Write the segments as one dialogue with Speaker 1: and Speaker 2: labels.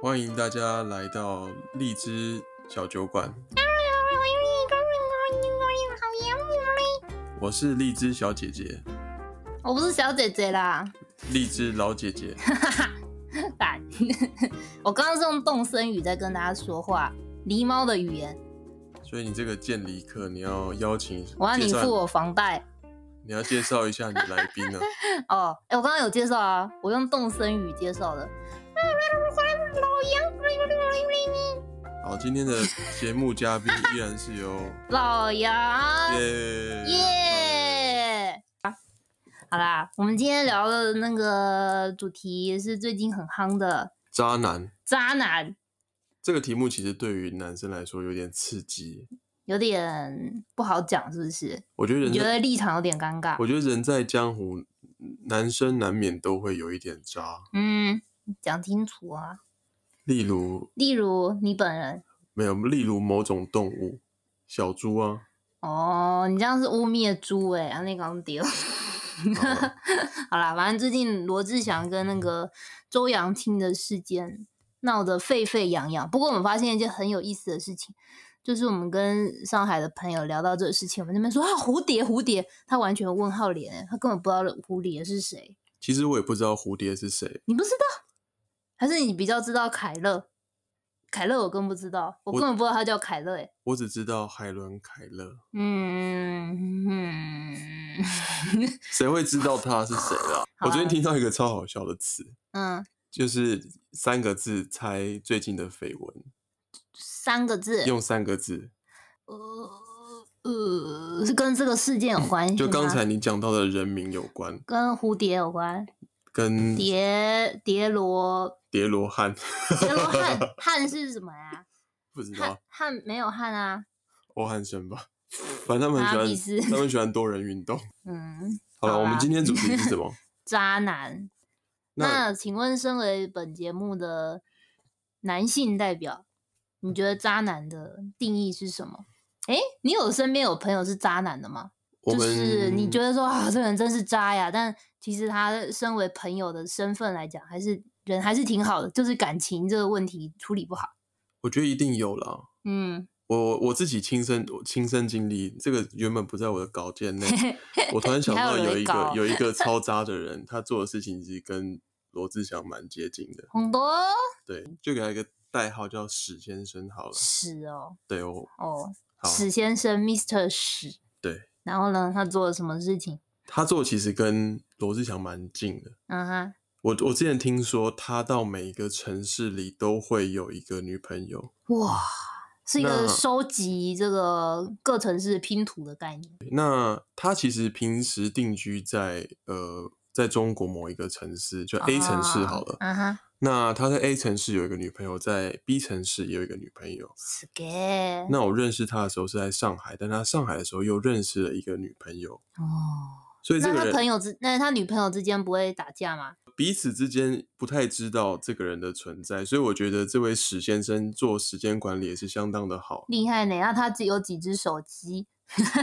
Speaker 1: 欢迎大家来到荔枝小酒馆，我是荔枝小姐姐，
Speaker 2: 我不是小姐姐啦，
Speaker 1: 荔枝老姐姐。
Speaker 2: 烦。 我刚刚是用动声语在跟大家说话，狸猫的语言。
Speaker 1: 所以你这个见离客，你要邀请，
Speaker 2: 我要你
Speaker 1: 介绍
Speaker 2: 付我房贷
Speaker 1: 你要介绍一下你来宾啊。
Speaker 2: 哦。哎、我刚刚有介绍啊，我用动声语介绍的。
Speaker 1: 好，今天的节目嘉宾依然是 由
Speaker 2: 老杨，
Speaker 1: 耶，
Speaker 2: 耶！好啦，我们今天聊的那个主题是最近很夯的
Speaker 1: 渣男
Speaker 2: 渣男，
Speaker 1: 这个题目其实对于男生来说有点刺激，
Speaker 2: 有点不好讲，是不是？
Speaker 1: 我觉得
Speaker 2: 你
Speaker 1: 人
Speaker 2: 觉
Speaker 1: 在
Speaker 2: 得立场有点尴尬
Speaker 1: 我。觉得人在江湖，男生难免都会有一点渣，
Speaker 2: 嗯，讲清楚啊。
Speaker 1: 例如
Speaker 2: 例如你本人，
Speaker 1: 没有，例如某种动物，小猪啊，
Speaker 2: 哦，你这样是污蔑猪哎、啊，那刚丢。
Speaker 1: 啊
Speaker 2: 好啦，反正最近罗志祥跟那个周扬青的事件闹得沸沸扬扬。不过我们发现一件很有意思的事情，就是我们跟上海的朋友聊到这个事情，我们那边说啊蝴蝶蝴蝶，他完全问号脸欸，他根本不知道蝴蝶是谁。
Speaker 1: 其实我也不知道蝴蝶是谁，
Speaker 2: 你不知道，还是你比较知道凯乐？凯乐我更不知道，我
Speaker 1: 我
Speaker 2: 根本不知道他叫凯乐哎、
Speaker 1: 我只知道海伦凯勒，
Speaker 2: 嗯嗯
Speaker 1: 谁会知道他是谁 啦？我
Speaker 2: 好啊
Speaker 1: 昨天听到一个超好笑的词，
Speaker 2: 嗯，
Speaker 1: 就是三个字猜最近的绯闻，
Speaker 2: 三个字。
Speaker 1: 用三个字，
Speaker 2: 呃呃，是跟这个事件有关系吗？
Speaker 1: 就刚才你讲到的人名有关，
Speaker 2: 跟蝴蝶有关，
Speaker 1: 跟
Speaker 2: 蝶蝶罗
Speaker 1: 叠罗汉，
Speaker 2: 蝶罗 汉汉是什么呀？
Speaker 1: 不知
Speaker 2: 汉
Speaker 1: 道
Speaker 2: 汉没有汉啊，
Speaker 1: 欧汉生 吧，反正他们
Speaker 2: 啊
Speaker 1: 很
Speaker 2: 必
Speaker 1: 喜
Speaker 2: 是
Speaker 1: 欢，他们喜欢多人 运动。
Speaker 2: 嗯，
Speaker 1: 好了，
Speaker 2: 好
Speaker 1: 我们
Speaker 2: 啦
Speaker 1: 今天主题是什么？
Speaker 2: 渣男。
Speaker 1: 那
Speaker 2: 那请问，身为本节目的男性代表，你觉得渣男的定义是什么？诶，你有身边有朋友是渣男的吗？
Speaker 1: 我
Speaker 2: 就
Speaker 1: 们
Speaker 2: 是你觉得说啊，这个人真是渣呀，但其实他身为朋友的身份来讲，还是人还是挺好的，就是感情这个问题处理不好。
Speaker 1: 我觉得一定有啦。
Speaker 2: 嗯，
Speaker 1: 我我自己亲身我亲身经历，这个原本不在我的稿件 内。我突然想到
Speaker 2: 你还有
Speaker 1: 有一个
Speaker 2: 雷稿
Speaker 1: 有一 个超渣的人，他做的事情其实跟罗志祥蛮接近的。
Speaker 2: 很多
Speaker 1: 对，就给他一个代号叫史先生好了。
Speaker 2: 屎哦
Speaker 1: 对哦，
Speaker 2: 哦，
Speaker 1: 好，
Speaker 2: 史先生，Mr. 史。
Speaker 1: 对。
Speaker 2: 然后呢，他做了什么事情？
Speaker 1: 他做的其实跟罗志祥蛮近的。
Speaker 2: 嗯哼，
Speaker 1: 我我之前听说他到每一个城市里都会有一个女朋友，
Speaker 2: 哇，是一
Speaker 1: 那
Speaker 2: 个收集这个各城市拼图的概念。
Speaker 1: 那他其实平时定居在呃，在中国某一个城市，就 A 城市好了。
Speaker 2: 啊哈，
Speaker 1: 那他在 A 城市有一个女朋友，在 B 城市也有一个女朋友。
Speaker 2: 是给
Speaker 1: 那我认识他的时候是在上海，但他上海的时候又认识了一个女朋友，
Speaker 2: 哦。
Speaker 1: 所以这
Speaker 2: 那
Speaker 1: 个
Speaker 2: 他
Speaker 1: 人
Speaker 2: 朋友之，那他女朋友之间不会打架吗？。
Speaker 1: 彼此之间不太知道这个人的存在，所以我觉得这位史先生做时间管理也是相当的好
Speaker 2: 厉害呢！那他只有几只手机，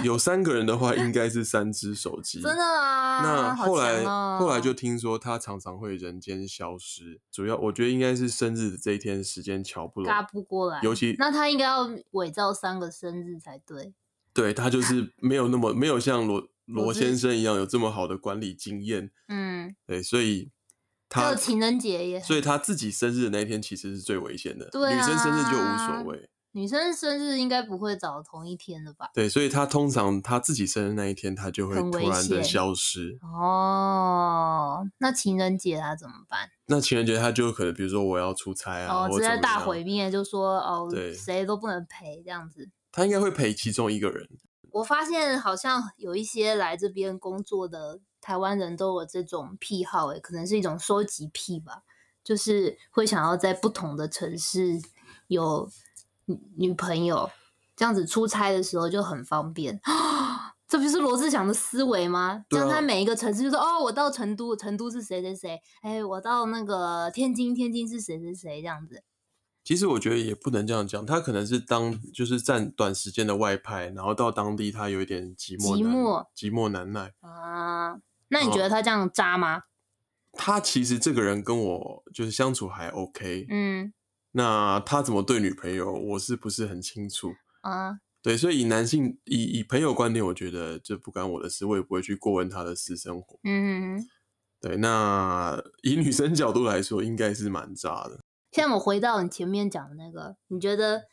Speaker 1: 有三个人的话，应该是三只手机。
Speaker 2: 真的啊？
Speaker 1: 那
Speaker 2: 好
Speaker 1: 后来、
Speaker 2: 强哦
Speaker 1: 后来就听说他常常会人间消失，主要我觉得应该是生日这一天时间瞧不拢
Speaker 2: 嘎，不过来。
Speaker 1: 尤其
Speaker 2: 那他应该要伪造三个生日才对。
Speaker 1: 对他就是没有那么没有像罗罗
Speaker 2: 罗志
Speaker 1: 先生一样有这么好的管理经验，
Speaker 2: 嗯，
Speaker 1: 对，所以
Speaker 2: 还
Speaker 1: 他
Speaker 2: 有情人节耶，
Speaker 1: 所以他自己生日的那一天其实是最危险的，
Speaker 2: 对
Speaker 1: 女生生日就无
Speaker 2: 啊
Speaker 1: 所谓，
Speaker 2: 女生生日应该不会找同一天的吧？
Speaker 1: 对，所以他通常他自己生日那一天他就会
Speaker 2: 很危
Speaker 1: 突然的
Speaker 2: 险
Speaker 1: 消失。
Speaker 2: 哦，那情人节他怎么办？
Speaker 1: 那情人节他就可能比如说我要出差啊，
Speaker 2: 哦，
Speaker 1: 或者
Speaker 2: 直接
Speaker 1: 怎么
Speaker 2: 大
Speaker 1: 样
Speaker 2: 毁，灭，就说哦
Speaker 1: 对，
Speaker 2: 谁都不能陪这样子。
Speaker 1: 他应该会陪其中一个人。
Speaker 2: 我发现好像有一些来这边工作的台湾人都有这种癖好、欸，可能是一种收集癖吧，就是会想要在不同的城市有女女朋友，这样子出差的时候就很方便。 这不是罗志祥的思维吗？这
Speaker 1: 对啊
Speaker 2: 样他每一个城市就说：“哦，我到成都，成都是谁谁谁，哎，我到那个天津，天津是谁谁谁，这样子。
Speaker 1: 其实我觉得也不能这样讲，他可能是当就是暂短时间的外派，然后到当地他有一点寂寞
Speaker 2: 寂
Speaker 1: 难
Speaker 2: 寞
Speaker 1: 寂寞难耐。”
Speaker 2: 啊，那你
Speaker 1: 哦
Speaker 2: 觉得他这样渣吗？
Speaker 1: 他其实这个人跟我就是相处还 OK，、
Speaker 2: 嗯，
Speaker 1: 那他怎么对女朋友，我是不是很清楚？
Speaker 2: 啊，
Speaker 1: 对，所以以男性以以朋友观点，我觉得这不干我的事，我也不会去过问他的私生活。
Speaker 2: 嗯，
Speaker 1: 对，那以女生角度来说，应该是蛮渣的。
Speaker 2: 现在我回到你前面讲的那个，你觉得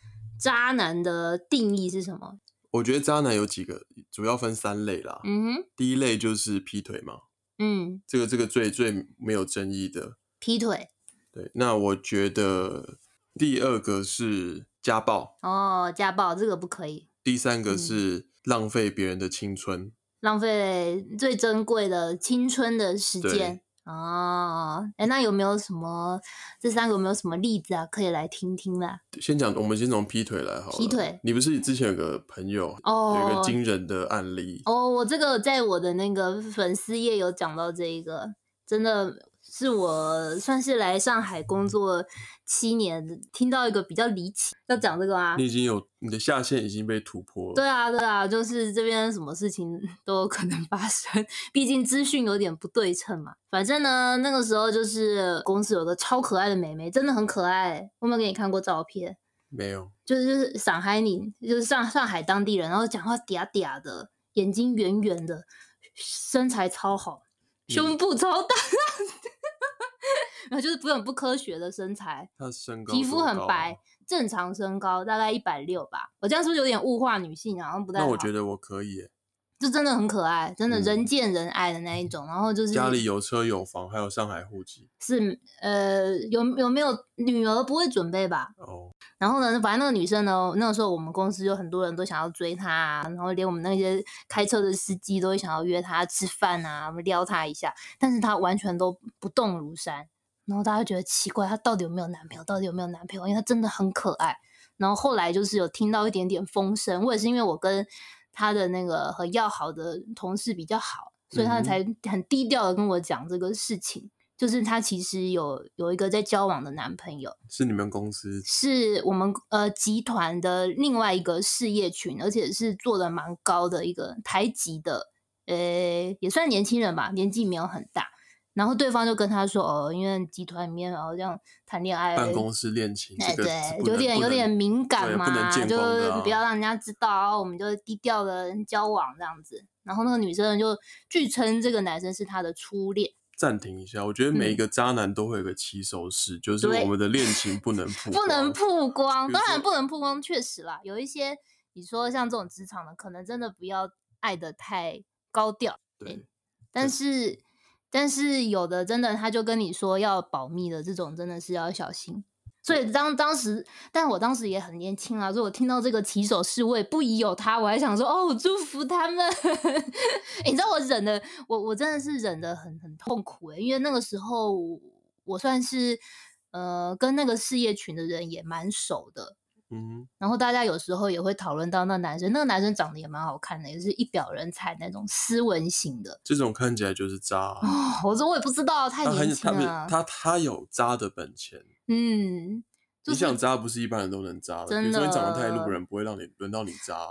Speaker 2: 渣男的定义是什么？
Speaker 1: 我觉得渣男有几个，主要分三类啦。
Speaker 2: 嗯哼，
Speaker 1: 第一类就是劈腿嘛，
Speaker 2: 嗯，
Speaker 1: 这个这个最最没有争议的。
Speaker 2: 劈腿
Speaker 1: 对，那我觉得第二个是家暴，
Speaker 2: 哦，家暴这个不可以，
Speaker 1: 第三个
Speaker 2: 嗯
Speaker 1: 是浪费别人的青春。
Speaker 2: 浪费最珍贵的青春的时
Speaker 1: 对
Speaker 2: 间。哦，哎，那有没有什么这三个有没有什么例子啊？可以来听听啦。
Speaker 1: 先讲，我们先从劈腿来好了。
Speaker 2: 劈腿，
Speaker 1: 你不是之前有个朋友有一
Speaker 2: 哦
Speaker 1: 个惊人的案例？
Speaker 2: 哦，我这个在我的那个粉丝页有讲到这一个，真的是我算是来上海工作七年，听到一个比较离奇，要讲这个吗？
Speaker 1: 你已经有你的下限已经被突破了。
Speaker 2: 对啊，对啊，就是这边什么事情 都有可能发生， 毕竟资讯有点不对称嘛。反正呢，那个时候就是公司有个超可爱的妹妹，真的很可爱，我有没有给你看过照片？
Speaker 1: 没有，
Speaker 2: 就是就是上海人，就是上上海当地人，然后讲话嗲嗲的，眼睛圆圆的，身材超好，
Speaker 1: 嗯
Speaker 2: 胸部超大，然后 就是不很不科学的身材，
Speaker 1: 他身高
Speaker 2: 皮肤
Speaker 1: 多
Speaker 2: 很
Speaker 1: 高啊
Speaker 2: 白，正常身高大概一百六吧。我这样是不是有点物化女性啊？好像不太
Speaker 1: 那
Speaker 2: 好。
Speaker 1: 我觉得我可以耶，
Speaker 2: 就真的很可爱，真的
Speaker 1: 嗯
Speaker 2: 人见人爱的那一种。然后就是
Speaker 1: 家里有车有房，还有上海户籍
Speaker 2: 是呃有有没有女儿不会准备吧？
Speaker 1: 哦。
Speaker 2: 然后呢，反正那个女生呢，那个时候我们公司有很多人都想要追她、啊，然后连我们那些开车的司机都会想要约她吃饭啊，撩她一下，但是她完全都不动如山。然后大家觉得奇怪，她到底有没有男朋友？到底有没有男朋友？因为她真的很可爱。然后后来就是有听到一点点风声，我也是因为我跟她的那个很要好的同事比较好，所以她
Speaker 1: 嗯
Speaker 2: 才很低调的跟我讲这个事情，就是她其实有有一个在交往的男朋友。
Speaker 1: 是你们公司
Speaker 2: 是我们呃集团的另外一个事业群，而且是做的蛮高的一个台籍的，呃，也算年轻人吧，年纪没有很大。然后对方就跟他说：“哦，因为集团里面然后这样谈恋爱，
Speaker 1: 办公室恋情，
Speaker 2: 哎
Speaker 1: 这个是
Speaker 2: 对，
Speaker 1: 不
Speaker 2: 有
Speaker 1: 能
Speaker 2: 点
Speaker 1: 不
Speaker 2: 有
Speaker 1: 能
Speaker 2: 点敏感
Speaker 1: 对
Speaker 2: 嘛，
Speaker 1: 不能见
Speaker 2: 就
Speaker 1: 光的
Speaker 2: 是
Speaker 1: 啊
Speaker 2: 不要让人家知道，然后我们就低调的交往这样子。”然后那个女生就据称这个男生是她的初恋，
Speaker 1: 暂停一下。我觉得每一
Speaker 2: 嗯
Speaker 1: 个渣男都会有个起手式，就是
Speaker 2: 对
Speaker 1: 我们的 恋情不能啊曝，
Speaker 2: 不能。曝光，
Speaker 1: 比如
Speaker 2: 当然
Speaker 1: 说
Speaker 2: 不能曝光，确实啦，有一些你说像这种职场的，可能真的不要爱的太高调，
Speaker 1: 对，
Speaker 2: 但是但是有的真的他就跟你说要保密的，这种真的是要小心。所以当当时，但我当时也很年轻啊，所以我听到这个起手式，我也不疑有他，我还想说哦，祝福他们。 欸你知道我忍的，我我真的是忍的很很痛苦欸诶、因为那个时候我我算是呃跟那个事业群的人也蛮熟的，
Speaker 1: 嗯，
Speaker 2: 然后大家有时候也会讨论到那男生，那个男生长得也蛮好看的，也是一表人才那种斯文型的。
Speaker 1: 这种看起来就是渣啊。
Speaker 2: 哦，我说我也不知道，太
Speaker 1: 他
Speaker 2: 年
Speaker 1: 很
Speaker 2: 轻
Speaker 1: 他不是
Speaker 2: 了。
Speaker 1: 他他有渣的本钱，
Speaker 2: 嗯，就
Speaker 1: 你
Speaker 2: 是
Speaker 1: 想渣不是一般人都能渣的。
Speaker 2: 真
Speaker 1: 比如说你长得太路
Speaker 2: 的
Speaker 1: 人，不会让你轮到你渣啊。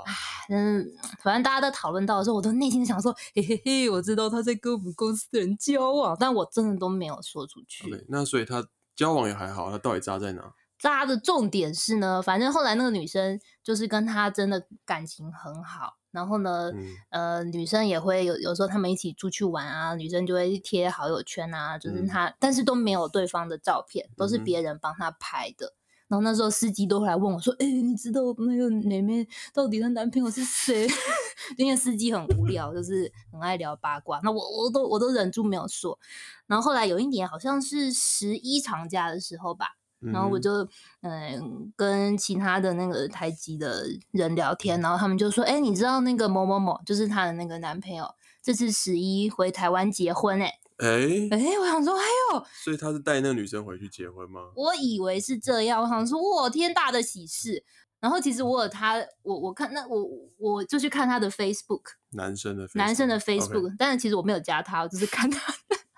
Speaker 2: 嗯，反正大家在讨论到的时候，我都内心想说，嘿嘿嘿，我知道他在跟我们公司的人交往，但我真的都没有说出去。
Speaker 1: OK，那所以他交往也还好，他到底渣在哪？
Speaker 2: 渣的重点是呢，反正后来那个女生就是跟他真的感情很好，然后呢，
Speaker 1: 嗯
Speaker 2: 呃，女生也会有有时候他们一起出去玩啊，女生就会贴好友圈啊，就是
Speaker 1: 嗯
Speaker 2: 他，但是都没有对方的照片，都是
Speaker 1: 嗯哼
Speaker 2: 别人帮他拍的。然后那时候司机都会来问我说：“哎、你知道那个妹妹到底她男朋友是谁？” 因为司机很无聊，就是很爱聊八卦。那我我都我都忍住没有说。然后后来有一年好像是十一长假的时候吧，
Speaker 1: 嗯
Speaker 2: 然后我
Speaker 1: 哼
Speaker 2: 就嗯跟其他的那个台籍的人聊天，然后他们就说：“哎、你知道那个某某某，就是她的那个男朋友，这次十一回台湾结婚、欸，
Speaker 1: 哎
Speaker 2: 哎、我想说，哎呦，
Speaker 1: 所以他是带那个女生回去结婚吗？
Speaker 2: 我以为是这样，我想说，哇，天大的喜事。然后其实我有他，我我看那我我就去看他的 Facebook，
Speaker 1: 男生的 Facebook,
Speaker 2: 男生的
Speaker 1: OK
Speaker 2: Facebook，、但是其实我没有加他，我就是看他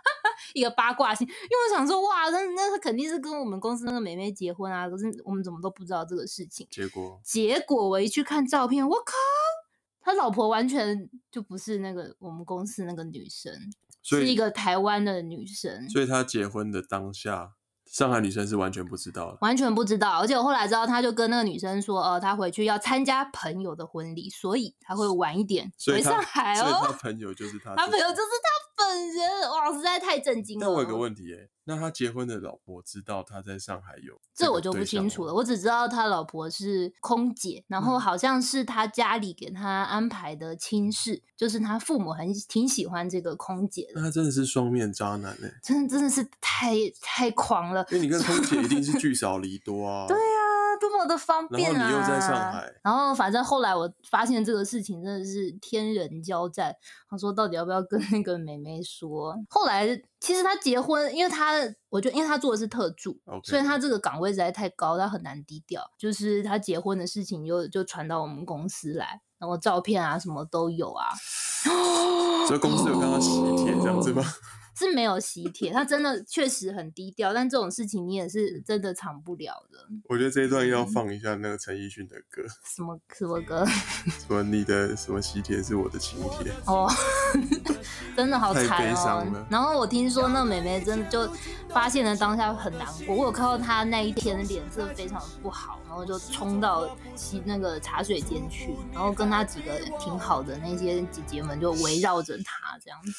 Speaker 2: 一个八卦性，因为我想说，哇，那那他肯定是跟我们公司那个美眉结婚啊，可是我们怎么都不知道这个事情。
Speaker 1: 结果
Speaker 2: 结果我一去看照片，我靠，他老婆完全就不是那个我们公司那个女生，
Speaker 1: 所
Speaker 2: 是一
Speaker 1: 以
Speaker 2: 个台湾的女生。
Speaker 1: 所以他结婚的当下上海女生是完全不知道的。
Speaker 2: 完全不知道。而且我后来知道，他就跟那个女生说，呃，他回去要参加朋友的婚礼，所以他会晚一点
Speaker 1: 所
Speaker 2: 回
Speaker 1: 以他
Speaker 2: 上海
Speaker 1: 所以他
Speaker 2: 哦。
Speaker 1: 朋友就是他自己。
Speaker 2: 他朋友就是哦他本人，哇，实在太震惊了。
Speaker 1: 但我有个问题、欸，那他结婚的老婆知道他在上海有
Speaker 2: 这
Speaker 1: 个
Speaker 2: 我就不
Speaker 1: 对象
Speaker 2: 清楚
Speaker 1: 吗
Speaker 2: 了，。我只知道他老婆是空姐，然后
Speaker 1: 嗯
Speaker 2: 好像是他家里给他安排的亲事，就是他父母很挺喜欢这个空姐的，
Speaker 1: 那他真的是双面渣男哎、
Speaker 2: 真的真的是太太狂了。
Speaker 1: 因为你跟空姐一定是聚少离多啊。
Speaker 2: 对啊，多么的方便啊！
Speaker 1: 然后你又在上海，
Speaker 2: 然后反正后来我发现这个事情真的是天人交战。他说到底要不要跟那个妹妹说？后来其实他结婚，因为他我觉得因为他做的是特助
Speaker 1: OK
Speaker 2: 所以他这个岗位实在太高，他很难低调。就是他结婚的事情就就传到我们公司来，然后照片啊什么都有啊，
Speaker 1: 所以公司有跟他喜帖这样子吗？
Speaker 2: 是没有喜帖。他真的确实很低调，但这种事情你也是真的藏不了的。
Speaker 1: 我觉得这一段要放一下那个陈奕迅的歌，
Speaker 2: 什么什么歌？
Speaker 1: 什么你的什么喜帖是我的请帖，
Speaker 2: 哦，真的好
Speaker 1: 太
Speaker 2: 惨
Speaker 1: 悲伤
Speaker 2: 哦
Speaker 1: 了。
Speaker 2: 然后我听说那妹妹真的就发现了当下很难过，我有看到她那一天脸色非常不好，然后就冲到洗那个茶水间去，然后跟她几个挺好的那些姐姐们就围绕着她这样子。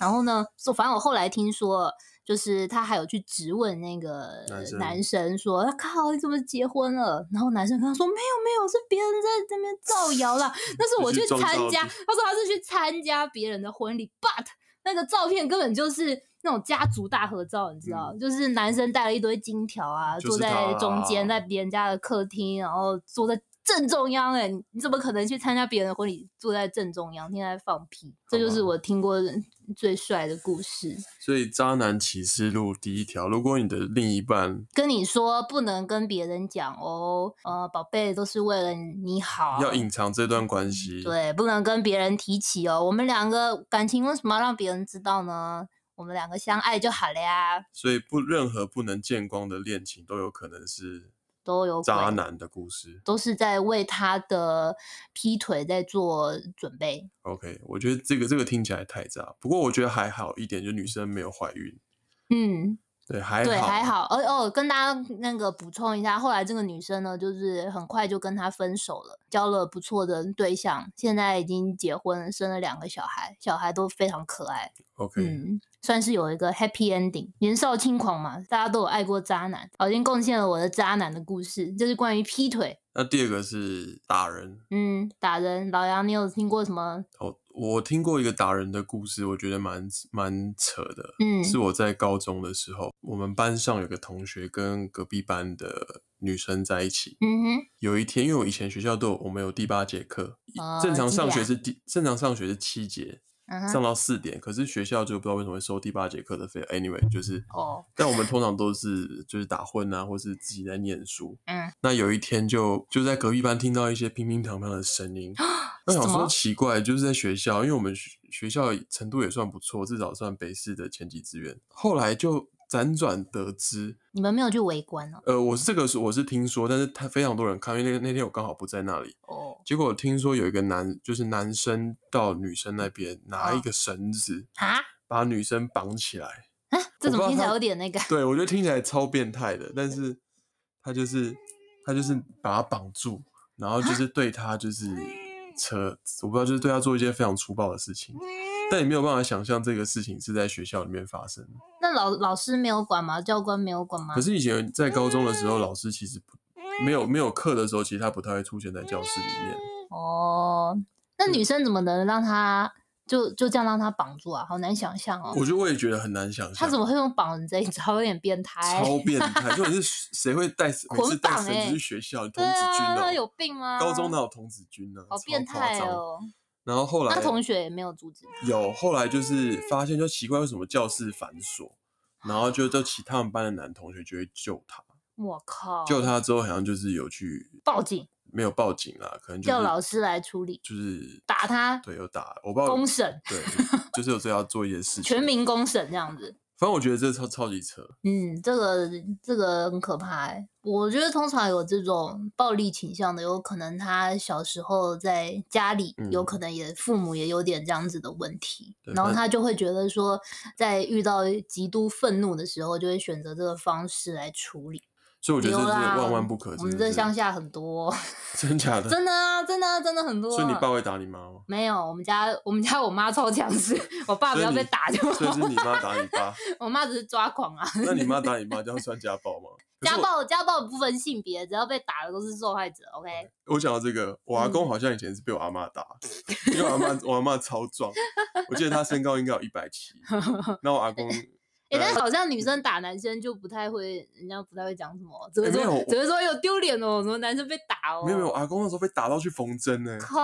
Speaker 2: 然后呢，说反正我后来听说。就是她还有去质问那个
Speaker 1: 男生
Speaker 2: 男生说：“啊靠，你怎么结婚了？”然后男生跟他说：“没有没有，是别人在这边造谣啦。”那是
Speaker 1: 就
Speaker 2: 我
Speaker 1: 是
Speaker 2: 去
Speaker 1: 装
Speaker 2: 参
Speaker 1: 造
Speaker 2: 加，
Speaker 1: 句
Speaker 2: 他说他是去参加别人的婚礼，but 那个照片根本就是那种家族大合照，你知道，就是男生带了一堆金条啊，
Speaker 1: 嗯就是
Speaker 2: 坐在
Speaker 1: 他啊
Speaker 2: 中间，
Speaker 1: 啦
Speaker 2: 在别人家的客厅，然后坐在正中央、欸，你你怎么可能去参加别人的婚礼，坐在正中央，天天在放屁？这
Speaker 1: 好
Speaker 2: 就是
Speaker 1: 吧
Speaker 2: 我听过的最帅的故事。
Speaker 1: 所以《渣男启示录》第一条，如果你的另一半
Speaker 2: 跟你说不能跟别人讲哦，呃，宝贝都是为了你好，
Speaker 1: 要隐藏这段关系，
Speaker 2: 啊对，不能跟别人提起哦。我们两个感情为什么要让别人知道呢？我们两个相爱就好了呀，
Speaker 1: 所以不任何不能见光的恋情都有可能是
Speaker 2: 都啊有鬼
Speaker 1: 渣男的故事。
Speaker 2: 都是在为他的劈腿在做准备。
Speaker 1: OK，我觉得这个这个听起来太渣，不过我觉得还好一点，就女生没有怀孕，
Speaker 2: 嗯，
Speaker 1: 对，还啊
Speaker 2: 对，还好。而哦，跟大家那个补充一下，后来这个女生呢，就是很快就跟他分手了，交了不错的对象，现在已经结婚了，生了两个小孩，小孩都非常可爱。
Speaker 1: OK，、
Speaker 2: 嗯，算是有一个 happy ending。年少轻狂嘛，大家都有爱过渣男，我已经贡献了我的渣男的故事，就是关于劈腿。
Speaker 1: 那第二个是打人
Speaker 2: 嗯，打人，老杨，你有听过什么？
Speaker 1: 哦，我听过一个打人的故事，我觉得蛮蛮扯的。
Speaker 2: 嗯
Speaker 1: 是我在高中的时候，我们班上有个同学跟隔壁班的女生在一起。
Speaker 2: 嗯
Speaker 1: 有一天，因为我以前学校都有我们有第八节课，
Speaker 2: 哦
Speaker 1: 正常
Speaker 2: 几
Speaker 1: 上
Speaker 2: 点
Speaker 1: 学
Speaker 2: 啊
Speaker 1: 是第正常上学是七节，
Speaker 2: 哼，嗯
Speaker 1: 上
Speaker 2: 哼，
Speaker 1: 到四点，可是学校就不知道为什么会收第八节课的费。Anyway，就是
Speaker 2: 哦，
Speaker 1: 但我们通常都是就是打混啊，或是自己在念书。
Speaker 2: 嗯，
Speaker 1: 那有一天就就在隔壁班听到一些乒乒乓乓的声 音，那想
Speaker 2: 什
Speaker 1: 说
Speaker 2: 么
Speaker 1: 奇怪，就是在学校，因为我们学学校程度也算不错，至少算北市的前几志愿。后来就辗转得知，
Speaker 2: 你们没有去围观哦？
Speaker 1: 呃，我是这个是我是听说，但是他非常多人看，因为那那天我刚好不在那里。
Speaker 2: 哦，
Speaker 1: 结果听说有一个男，就是男生到女生那边拿一
Speaker 2: 哦
Speaker 1: 个绳子
Speaker 2: 啊，
Speaker 1: 把女生绑起来，
Speaker 2: 啊这
Speaker 1: 我
Speaker 2: 怎
Speaker 1: 不知
Speaker 2: 么
Speaker 1: 道
Speaker 2: 听起来
Speaker 1: 他
Speaker 2: 有点那个？
Speaker 1: 对，我觉得听起来超变态的，但是他就是他就是把他绑住，然
Speaker 2: 啊
Speaker 1: 后就是对他就是扯，我不知道就是对他做一件非常粗暴的事情，但你没有办法想象这个事情是在学校里面发生的。
Speaker 2: 那老老师没有管吗？教官没有管吗
Speaker 1: 可？是以前在高中的时候，老师其实不没有没有课的时候，其实他不太会出现在教室里面。
Speaker 2: 哦，那女生怎么能让他就就这样让他绑住啊？好难想象哦。
Speaker 1: 我觉得我也觉得很难想
Speaker 2: 他
Speaker 1: 象
Speaker 2: 怎。么会用绑人这一招？有点变态。
Speaker 1: 超变态！就你是谁会 带每次
Speaker 2: 捆
Speaker 1: 带
Speaker 2: 绑
Speaker 1: 绳子
Speaker 2: 哎欸
Speaker 1: 去学校？童
Speaker 2: 对
Speaker 1: 子军
Speaker 2: 啊，那
Speaker 1: 哦，
Speaker 2: 有病吗？
Speaker 1: 高中哪有童子军呢、啊？
Speaker 2: 好
Speaker 1: 超
Speaker 2: 变
Speaker 1: 夸
Speaker 2: 态
Speaker 1: 张！
Speaker 2: 哦！
Speaker 1: 然后后来
Speaker 2: 那同学也没有阻止他，
Speaker 1: 有，后来就是发现就奇怪，为什么教室反锁，然后就就其他们班的男同学就会救他，
Speaker 2: 哦我靠！
Speaker 1: 救他之后好像就是有去
Speaker 2: 报警，
Speaker 1: 没有报警啦，可能就是
Speaker 2: 叫老师来处理，
Speaker 1: 就是
Speaker 2: 打他
Speaker 1: 对，有打，我不知道
Speaker 2: 公审，
Speaker 1: 对，就是有这要做一些事情，
Speaker 2: 全民公审这样子。
Speaker 1: 反正我觉得这超超级扯，
Speaker 2: 嗯，这个这个很可怕、欸。我觉得通常有这种暴力倾向的，有可能他小时候在家里，
Speaker 1: 嗯
Speaker 2: 有可能也父母也有点这样子的问题，
Speaker 1: 对
Speaker 2: 然后
Speaker 1: 那
Speaker 2: 他就会觉得说，在遇到极度愤怒的时候，就会选择这个方式来处理。
Speaker 1: 所以我觉得这
Speaker 2: 有
Speaker 1: 是
Speaker 2: 啦
Speaker 1: 万万不可。
Speaker 2: 我
Speaker 1: 真
Speaker 2: 们
Speaker 1: 的
Speaker 2: 这
Speaker 1: 是
Speaker 2: 乡下 很多，
Speaker 1: 真假的，
Speaker 2: 真的啊，真的啊，真的很多啊。
Speaker 1: 所以你爸会打你妈吗？
Speaker 2: 没有，我们家我们家我妈超强势，我爸不
Speaker 1: 所以
Speaker 2: 要被
Speaker 1: 你
Speaker 2: 打就
Speaker 1: 所以是
Speaker 2: 好。
Speaker 1: 你妈打你 爸，
Speaker 2: 我妈只是抓狂啊，
Speaker 1: 那你妈打你妈，这样算家暴吗？可
Speaker 2: 家
Speaker 1: 是我
Speaker 2: 暴家暴不分性别，只要被打的都是受害者。OK，
Speaker 1: 我讲到这个，我阿
Speaker 2: 嗯
Speaker 1: 公好像以前是被我阿 妈打，因为我阿妈我阿妈超壮，我记得她身高应该有一百 七，那我阿公
Speaker 2: 哎、
Speaker 1: 呃
Speaker 2: 但是好像女生打男生就不太会，人家不太会讲什么，只会
Speaker 1: 诶没
Speaker 2: 说、
Speaker 1: 有
Speaker 2: 只会说有丢脸哦，什么男生被打哦，
Speaker 1: 没有没有，我阿公那时候被打到去缝针呢，
Speaker 2: 靠，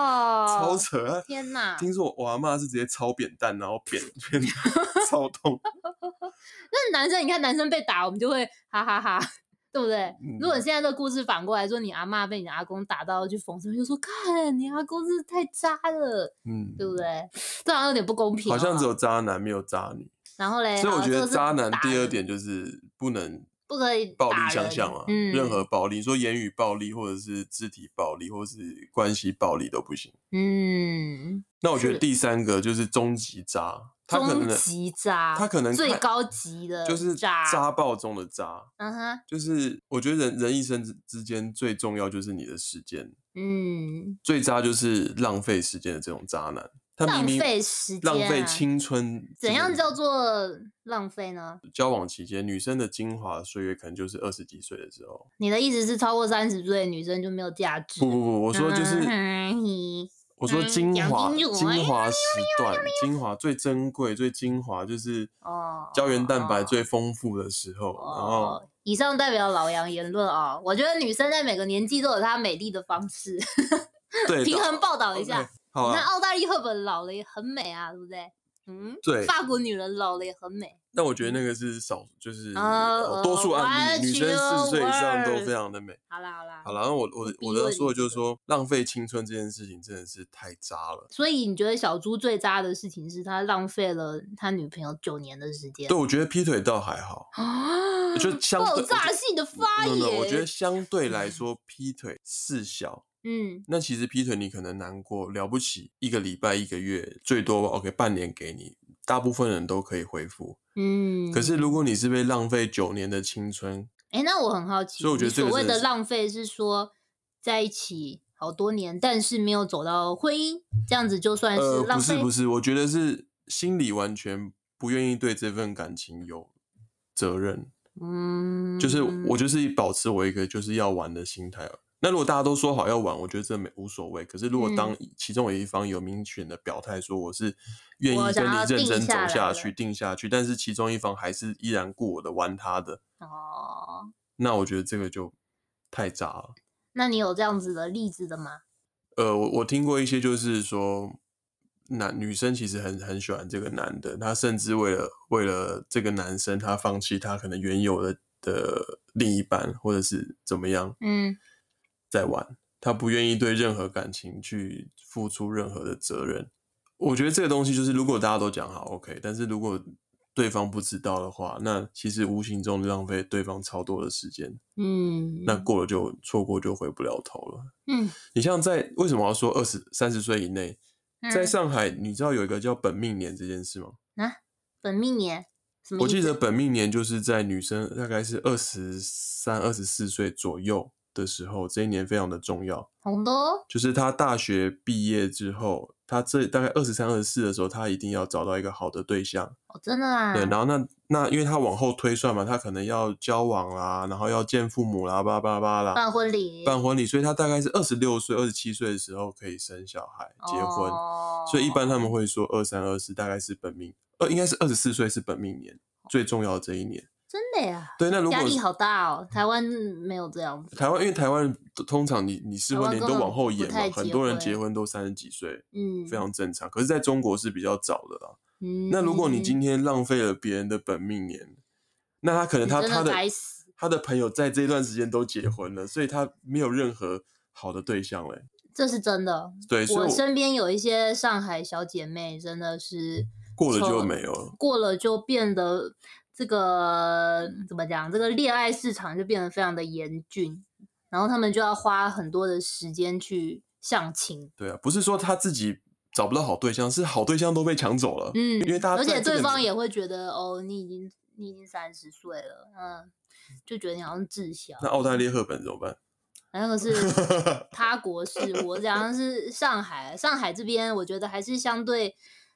Speaker 1: 超扯。她
Speaker 2: 天哪！
Speaker 1: 听说我阿妈是直接抄扁担，然后扁扁 超痛。
Speaker 2: 那男生你看男生被打，我们就会哈哈 哈对不对？如果
Speaker 1: 嗯
Speaker 2: 现在这个故事反过来说，你阿嬷被你阿公打到去缝针，就说看你阿公真是太渣了，
Speaker 1: 嗯，
Speaker 2: 对不对？这好像有点不公平、
Speaker 1: 好像只
Speaker 2: 有。
Speaker 1: 有渣男没有渣女，
Speaker 2: 然后嘞，
Speaker 1: 所以我
Speaker 2: 哎好
Speaker 1: 觉
Speaker 2: 这
Speaker 1: 得
Speaker 2: 个是
Speaker 1: 渣男
Speaker 2: 打
Speaker 1: 第二
Speaker 2: 人
Speaker 1: 点就是不能
Speaker 2: 不可以
Speaker 1: 暴力
Speaker 2: 打
Speaker 1: 相
Speaker 2: 人
Speaker 1: 向啊，
Speaker 2: 嗯，
Speaker 1: 任何暴力，说言语暴力或者是肢体暴力或者是关系暴力都不行。
Speaker 2: 嗯，
Speaker 1: 那我觉
Speaker 2: 是
Speaker 1: 得第三个就是终极渣，他可
Speaker 2: 终
Speaker 1: 能
Speaker 2: 极渣，
Speaker 1: 他可能
Speaker 2: 最
Speaker 1: 看
Speaker 2: 高级的
Speaker 1: 就是
Speaker 2: 渣
Speaker 1: 渣爆中的渣，
Speaker 2: 嗯哼，
Speaker 1: 就是我觉得人人一生之之间最重要就是你的时间，
Speaker 2: 嗯，
Speaker 1: 最渣就是浪费时间的这种渣男，他
Speaker 2: 浪
Speaker 1: 明明
Speaker 2: 费时间、啊，
Speaker 1: 浪费青春，
Speaker 2: 怎样叫做浪费呢？
Speaker 1: 交往期间女生的精华岁月可能就是二十几岁的时候。
Speaker 2: 你的意思是超过三十岁的女生就没有价值？
Speaker 1: 不不不，我
Speaker 2: 我
Speaker 1: 说就是。我说
Speaker 2: 嗯
Speaker 1: 精
Speaker 2: 讲
Speaker 1: 华
Speaker 2: 清楚哎
Speaker 1: 精华时段，精华最珍贵、最精华就是
Speaker 2: 哦
Speaker 1: 胶原蛋白
Speaker 2: 哦
Speaker 1: 最丰富的时候，然后
Speaker 2: 哦，以上代表老杨言论哦。我觉得女生在每个年纪都有她美丽的方式，
Speaker 1: 对
Speaker 2: 平
Speaker 1: 的
Speaker 2: 衡报道一
Speaker 1: OK，
Speaker 2: 下。哦
Speaker 1: 好
Speaker 2: 你看
Speaker 1: 啊。
Speaker 2: 澳大利亚赫本老了也很美啊，对不对？嗯，
Speaker 1: 对
Speaker 2: 法国女人老了也很美。
Speaker 1: 但我觉得那个是少，就是
Speaker 2: 啊
Speaker 1: 呃多数案例，
Speaker 2: watch
Speaker 1: 女生四十岁以上
Speaker 2: your
Speaker 1: 都非常的美。
Speaker 2: 好啦好啦，
Speaker 1: 好了，然后我我的
Speaker 2: 你
Speaker 1: 我
Speaker 2: 逼问
Speaker 1: 要说的
Speaker 2: 你这
Speaker 1: 就
Speaker 2: 个
Speaker 1: 是说，浪费青春这件事情真的是太渣了。
Speaker 2: 所以你觉得小猪最渣的事情是他浪费了他女朋友九年的时间？
Speaker 1: 对，我觉得劈腿倒还好，
Speaker 2: 啊，
Speaker 1: 就相对
Speaker 2: 爆
Speaker 1: 我觉
Speaker 2: 炸性的发
Speaker 1: no,
Speaker 2: 言。
Speaker 1: no, 我觉得，相对来说，劈腿事小，
Speaker 2: 嗯
Speaker 1: 那其实劈腿你可能难过，了不起一个礼拜、一个月，最多吧 OK 半年给你，大部分人都可以恢复。
Speaker 2: 嗯。
Speaker 1: 可是，如果你是被浪费九年的青春，
Speaker 2: 哎、那我很好奇，
Speaker 1: 所以我觉得
Speaker 2: 你
Speaker 1: 这个
Speaker 2: 所谓
Speaker 1: 真的
Speaker 2: 的
Speaker 1: 是
Speaker 2: 浪费是说在一起好多年，但是没有走到婚姻，这样子就算
Speaker 1: 呃，
Speaker 2: 浪
Speaker 1: 不是
Speaker 2: 费？
Speaker 1: 不是，我觉得是心里完全不愿意对这份感情有责任，
Speaker 2: 嗯，
Speaker 1: 就是我就是保持我一个就是要玩的心态。啊那如果大家都说好要玩，我觉得这没无所谓。可是如果
Speaker 2: 嗯
Speaker 1: 当其中有一方有明显的表态说我是愿
Speaker 2: 我
Speaker 1: 意
Speaker 2: 想
Speaker 1: 跟你
Speaker 2: 要
Speaker 1: 认
Speaker 2: 定
Speaker 1: 真走
Speaker 2: 下来
Speaker 1: 下
Speaker 2: 了
Speaker 1: 去、定下去，但是其中一方还是依然顾我的玩他的，
Speaker 2: 哦，
Speaker 1: 那我觉得这个就太渣了。
Speaker 2: 那你有这样子的例子的吗？
Speaker 1: 呃，我我听过一些就是说，男女生其实很很喜欢这个男的，他甚至为了为了这个男生，他放弃他可能原有的的另一半，或者是怎么样，
Speaker 2: 嗯，
Speaker 1: 在玩，他不愿意对任何感情去付出任何的责任。我觉得这个东西就是，如果大家都讲好 OK，但是如果对方不知道的话，那其实无形中浪费对方超多的时间，
Speaker 2: 嗯，
Speaker 1: 那过了就错过就回不了头了。
Speaker 2: 嗯，
Speaker 1: 你像在为什么要说二十三十岁以内，在
Speaker 2: 嗯
Speaker 1: 上海，你知道有一个叫本命年这件事吗？
Speaker 2: 本命年什么
Speaker 1: 我
Speaker 2: 意
Speaker 1: 记
Speaker 2: 思
Speaker 1: 得本命年就是在女生大概是二十三、二十四岁左右的时候，这一年非常的重要。
Speaker 2: 红的哦，
Speaker 1: 就是他大学毕业之后，他这大概二十三、二十四的时候，他一定要找到一个好的对象。
Speaker 2: 哦真的啊，
Speaker 1: 对，然后那那因为他往后推算嘛，他可能要交往啦，然后要见父母啦，巴拉巴拉巴拉啦，
Speaker 2: 办婚礼，
Speaker 1: 办婚礼，所以他大概是二十六岁、二十七岁的时候可以生小孩、结婚。
Speaker 2: 哦
Speaker 1: 所以一般他们会说二三、二四大概是本命，呃，应该是二十四岁是本命年最重要的这一年。
Speaker 2: 真的呀，
Speaker 1: 对，那如果嗯
Speaker 2: 压力好大哦，台湾没有这样子，
Speaker 1: 台湾，因为台湾人通常你你适
Speaker 2: 台
Speaker 1: 婚
Speaker 2: 湾
Speaker 1: 年
Speaker 2: 根
Speaker 1: 都
Speaker 2: 本
Speaker 1: 往后
Speaker 2: 不
Speaker 1: 延嘛
Speaker 2: 太，
Speaker 1: 很
Speaker 2: 结
Speaker 1: 多人
Speaker 2: 婚
Speaker 1: 结婚都三十几岁，
Speaker 2: 嗯，
Speaker 1: 非常正常。可是在中国是比较早的啦。
Speaker 2: 嗯。
Speaker 1: 那如果你今天浪费了别人的本命年，那他可能
Speaker 2: 你
Speaker 1: 他
Speaker 2: 真的
Speaker 1: 他的
Speaker 2: 该死
Speaker 1: 他的朋友在这段时间都结婚了，所以他没有任何好的对象嘞。
Speaker 2: 这是真的，
Speaker 1: 对，所
Speaker 2: 我
Speaker 1: 以我
Speaker 2: 身边有一些上海小姐妹，真的是
Speaker 1: 过了就
Speaker 2: 从
Speaker 1: 没有了。
Speaker 2: 过了就变得这个怎么讲？这个恋爱市场就变得非常的严峻，然后他们就要花很多的时间去相亲。
Speaker 1: 对啊，不是说他自己找不到好对象，是好对象都被抢走了。
Speaker 2: 嗯，
Speaker 1: 因为大家
Speaker 2: 而且
Speaker 1: 在这个
Speaker 2: 对方
Speaker 1: 年
Speaker 2: 也会觉得哦，你已经你已经三十岁了，嗯，就觉得你好像滞销。
Speaker 1: 那澳大利亚赫本怎么办？
Speaker 2: 那个是 他国事务，我讲的是上海，上海这边我觉得还是相对，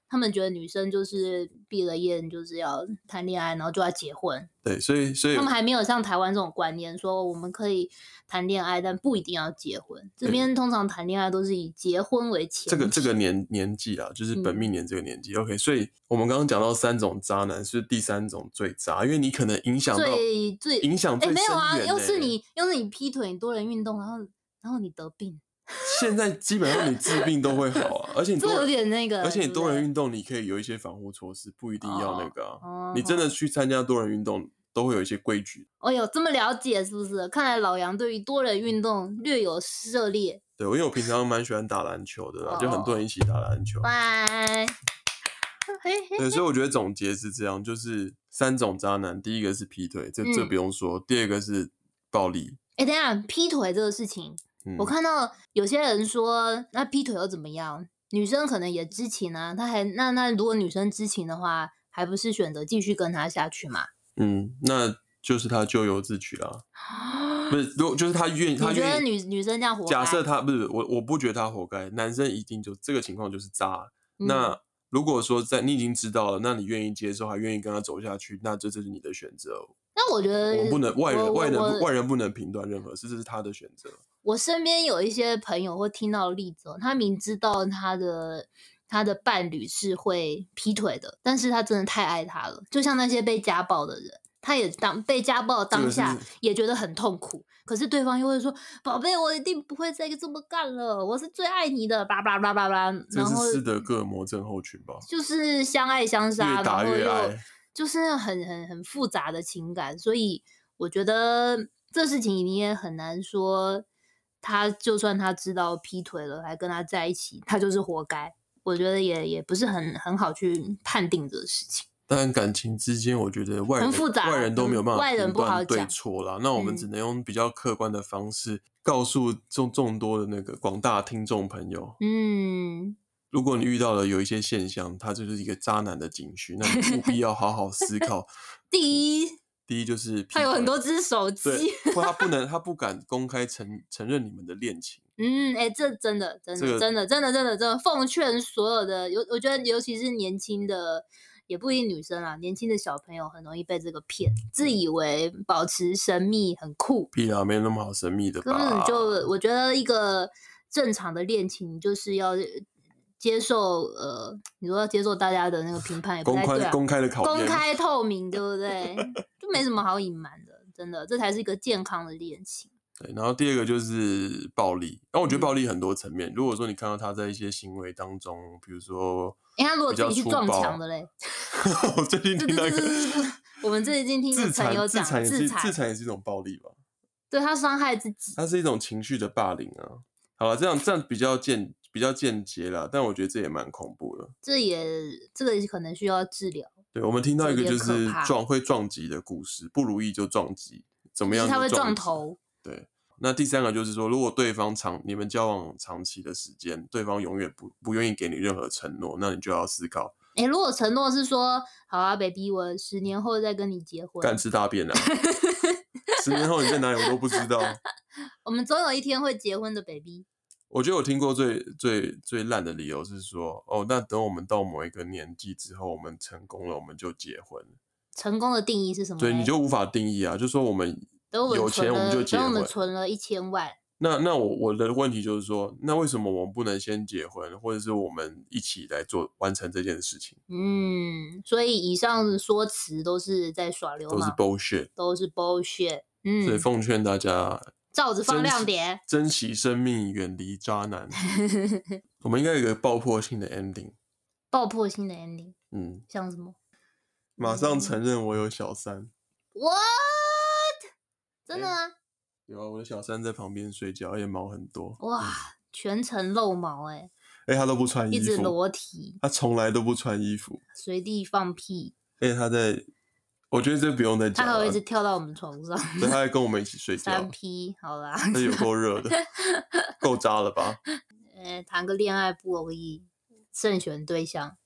Speaker 2: 他们觉得女生就是毕了业你就是要谈恋爱，然后就要结婚，
Speaker 1: 对，所以所以
Speaker 2: 他们还没有像台湾这种观念，说我们可以谈恋爱，但不一定要结婚。这
Speaker 1: 对
Speaker 2: 边通常谈恋爱都是以结婚为前
Speaker 1: 嗯
Speaker 2: 提，
Speaker 1: 这个这个年年纪啊，就是
Speaker 2: 嗯
Speaker 1: 本命年这个年纪。OK，所以我们刚刚讲到三种渣男，是第三种最渣，因为你可能影响到
Speaker 2: 最最
Speaker 1: 影响
Speaker 2: 哎、
Speaker 1: 最深
Speaker 2: 没有啊，
Speaker 1: 远
Speaker 2: 又
Speaker 1: 欸
Speaker 2: 是。你又是你劈腿，你多人运动，然后然后你得病，
Speaker 1: 现在基本上你治病都会好啊，而且你
Speaker 2: 这
Speaker 1: 多
Speaker 2: 有点那个，
Speaker 1: 而且你
Speaker 2: 对不
Speaker 1: 多
Speaker 2: 对
Speaker 1: 人运动，你可以有一些防护措施，不一定要那个啊。
Speaker 2: 哦
Speaker 1: 你真的去参加多人运动，都会有一些规矩。
Speaker 2: 哦哟，这么了解是不是？看来老杨对于多人运动略有涉猎。
Speaker 1: 对，因为我平常蛮喜欢打篮球的啦，
Speaker 2: 哦
Speaker 1: 就很多人一起打篮球。
Speaker 2: 拜。嘿嘿
Speaker 1: 对，所以我觉得总结是这样，就是三种渣男，第一个是劈腿，这这
Speaker 2: 嗯
Speaker 1: 不用说；第二个是暴力，
Speaker 2: 哎、等一下，劈腿这个事情，
Speaker 1: 嗯，
Speaker 2: 我看到有些人说，那劈腿又怎么样？女生可能也知情啊，她还那那如果女生知情的话，还不是选择继续跟他下去嘛？
Speaker 1: 嗯，那就是他咎由自取啦。不是，如果就是他愿意，他
Speaker 2: 你觉得
Speaker 1: 愿意。
Speaker 2: 女女生这样活该？
Speaker 1: 假设他不是我，我不觉得他活该。男生一定就这个情况就是渣。啊
Speaker 2: 嗯
Speaker 1: 那如果说在你已经知道了，那你愿意接受，还愿意跟他走下去，那这就是你的选择。哦
Speaker 2: 那我觉
Speaker 1: 我
Speaker 2: 得
Speaker 1: 们不能外人
Speaker 2: 呃我
Speaker 1: 外人
Speaker 2: 我
Speaker 1: 不外人不能评断任何事，这是他的选择。哦
Speaker 2: 我身边有一些朋友会听到例子、哦，他明知道他的他的伴侣是会劈腿的，但是他真的太爱他了，就像那些被家暴的人，他也当被家暴
Speaker 1: 这
Speaker 2: 当
Speaker 1: 个
Speaker 2: 下
Speaker 1: 是
Speaker 2: 也觉得很痛苦，可是对方又会说：“宝贝，我一定不会再这么干了，我是最爱你的。”叭叭叭叭叭，
Speaker 1: 这
Speaker 2: 然
Speaker 1: 是
Speaker 2: 后
Speaker 1: 斯德哥尔摩症候群吧？
Speaker 2: 就是相爱相杀，
Speaker 1: 越打
Speaker 2: 然后
Speaker 1: 越
Speaker 2: 又
Speaker 1: 爱，
Speaker 2: 就是很很很复杂的情感，所以我觉得这事情你也很难说，他就算他知道劈腿了，还跟他在一起，他就是活该。我觉得也也不是很很好去判定这个事情。
Speaker 1: 但感情之间，我觉得外人
Speaker 2: 很复杂嗯
Speaker 1: 外人都没有办法
Speaker 2: 外人
Speaker 1: 评
Speaker 2: 不好
Speaker 1: 断对
Speaker 2: 讲
Speaker 1: 错啦。那我们
Speaker 2: 嗯
Speaker 1: 只能用比较客观的方式告诉众众多的那个广大听众朋友，
Speaker 2: 嗯，
Speaker 1: 如果你遇到了有一些现象，它就是一个渣男的警讯，那你务必要好好思考。
Speaker 2: 第一，
Speaker 1: 第一就是劈
Speaker 2: 他有很
Speaker 1: 腿
Speaker 2: 多只手机。
Speaker 1: 对，或他不能，他不敢公开承承认你们的恋情。
Speaker 2: 嗯，哎、这真的，真的，
Speaker 1: 这个
Speaker 2: 真的，真的，真的，真的，奉劝所有的，尤我觉得尤其是年轻的，也不一定女生啊，年轻的小朋友很容易被这个骗，自以为保持神秘很酷，
Speaker 1: 屁啊，没那么好神秘的
Speaker 2: 根
Speaker 1: 吧？
Speaker 2: 嗯本就我觉得一个正常的恋情就是要接受呃，你说要接受大家的那个评判也不
Speaker 1: 公
Speaker 2: 太对
Speaker 1: 开
Speaker 2: 啊，
Speaker 1: 公开的考
Speaker 2: 公
Speaker 1: 验，
Speaker 2: 开透明，对不对？就没什么好隐瞒的，真的，这才是一个健康的恋情。
Speaker 1: 对，然后第二个就是暴力。然后我觉得
Speaker 2: 嗯
Speaker 1: 暴力很多层面。如果说你看到他在一些行为当中，比如说，
Speaker 2: 哎、他如果
Speaker 1: 比
Speaker 2: 自
Speaker 1: 较
Speaker 2: 己去
Speaker 1: 粗
Speaker 2: 撞
Speaker 1: 暴
Speaker 2: 墙的嘞。
Speaker 1: 我最近
Speaker 2: 这
Speaker 1: 听到
Speaker 2: 这
Speaker 1: 一
Speaker 2: 这
Speaker 1: 个
Speaker 2: 这这，我们最近听一个
Speaker 1: 自
Speaker 2: 朋友
Speaker 1: 残，自
Speaker 2: 讲
Speaker 1: 残也
Speaker 2: 自
Speaker 1: 是自
Speaker 2: 残，
Speaker 1: 残也是一种暴力吧？
Speaker 2: 对他伤害自己，
Speaker 1: 它是一种情绪的霸凌啊。好了，这样这样比较间比较间接啦，但我觉得这也蛮恐怖的。
Speaker 2: 这也这个可能需要治疗，
Speaker 1: 对，我们听到
Speaker 2: 这
Speaker 1: 一个
Speaker 2: 有
Speaker 1: 就
Speaker 2: 点可
Speaker 1: 是
Speaker 2: 怕
Speaker 1: 撞会撞击的故事，不如意就撞击，怎么
Speaker 2: 就
Speaker 1: 样
Speaker 2: 是
Speaker 1: 就
Speaker 2: 他会撞
Speaker 1: 击。
Speaker 2: 头，
Speaker 1: 那第三个就是说，如果对方长你们交往长期的时间，对方永远不不愿意给你任何承诺，那你就要思考
Speaker 2: 哎、如果承诺是说好啊，baby，我十年后再跟你结婚，
Speaker 1: 干吃大便啊！十年后你在哪里我都不知道。
Speaker 2: 我们总有一天会结婚的，baby。
Speaker 1: 我觉得我听过最最最烂的理由是说，哦，那等我们到某一个年纪之后，我们成功了，我们就结婚。
Speaker 2: 成功的定义是什么嘞？
Speaker 1: 对，你就无法定义啊，就说我们
Speaker 2: 等我们
Speaker 1: 有钱
Speaker 2: 存
Speaker 1: 我们
Speaker 2: 了
Speaker 1: 就结
Speaker 2: 等我
Speaker 1: 婚
Speaker 2: 们。存了一千万，
Speaker 1: 那那我我的问题就是说，那为什么我们不能先结婚，或者是我们一起来做完成这件事情，
Speaker 2: 嗯，所以以上的说辞都是在耍流
Speaker 1: 都是
Speaker 2: 氓，
Speaker 1: bullshit。
Speaker 2: 都是 bullshit。
Speaker 1: 所以
Speaker 2: 嗯，
Speaker 1: 奉劝大家
Speaker 2: 罩子放
Speaker 1: 珍
Speaker 2: 亮
Speaker 1: 惜
Speaker 2: 点。
Speaker 1: 珍惜生命，远离渣男。我们应该有一个爆破性的 ending。
Speaker 2: 爆破性的 ending，
Speaker 1: 嗯，
Speaker 2: 像什么？
Speaker 1: 马上承认我有小三。
Speaker 2: What？真的
Speaker 1: 诶
Speaker 2: 吗？
Speaker 1: 有啊，我的小三在旁边睡觉，而且毛很多。
Speaker 2: 哇，全程露毛哎、
Speaker 1: 哎、他都不穿嗯
Speaker 2: 一
Speaker 1: 衣
Speaker 2: 直
Speaker 1: 服，
Speaker 2: 裸体，
Speaker 1: 他从来都不穿衣服，
Speaker 2: 随地放屁，
Speaker 1: 而且他在我觉得这不用再
Speaker 2: 他
Speaker 1: 讲
Speaker 2: 还
Speaker 1: 了
Speaker 2: 会一，直跳到我们床 上。
Speaker 1: 对，他还跟我们一起睡觉
Speaker 2: 三，P，好啦，
Speaker 1: 那有够热的，够渣了 吧？
Speaker 2: 呃，谈个恋爱不容易，慎选对象，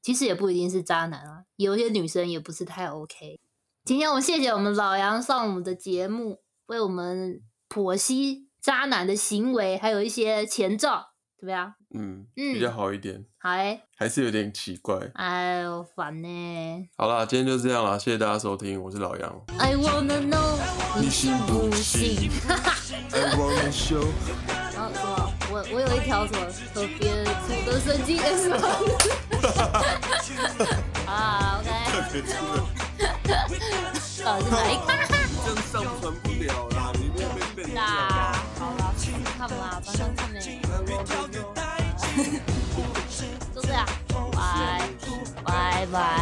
Speaker 2: 其实也不一定是渣男啊，有一些女生也不是太 OK。今天我们谢谢我们老杨上我们的节目，为我们剖析渣男的行为，还有一些前兆，怎么样？
Speaker 1: 嗯，
Speaker 2: 嗯
Speaker 1: 比较好一点，
Speaker 2: 好哎、
Speaker 1: 还是有点奇怪。
Speaker 2: 哎呦烦呢、
Speaker 1: 好啦，今天就这样啦，谢谢大家收听，我是老杨。
Speaker 2: I wanna know，你 信不信？
Speaker 1: I wanna show
Speaker 2: 然后什么？我我有一条什么和别人处的神经 哎什么？啊，OK。
Speaker 1: 特别出了，
Speaker 2: 到底是哪一个
Speaker 1: 这样上传不了啦，你会被被
Speaker 2: 啦？好啦，试试看啦，反正看没，就这样，拜拜拜拜。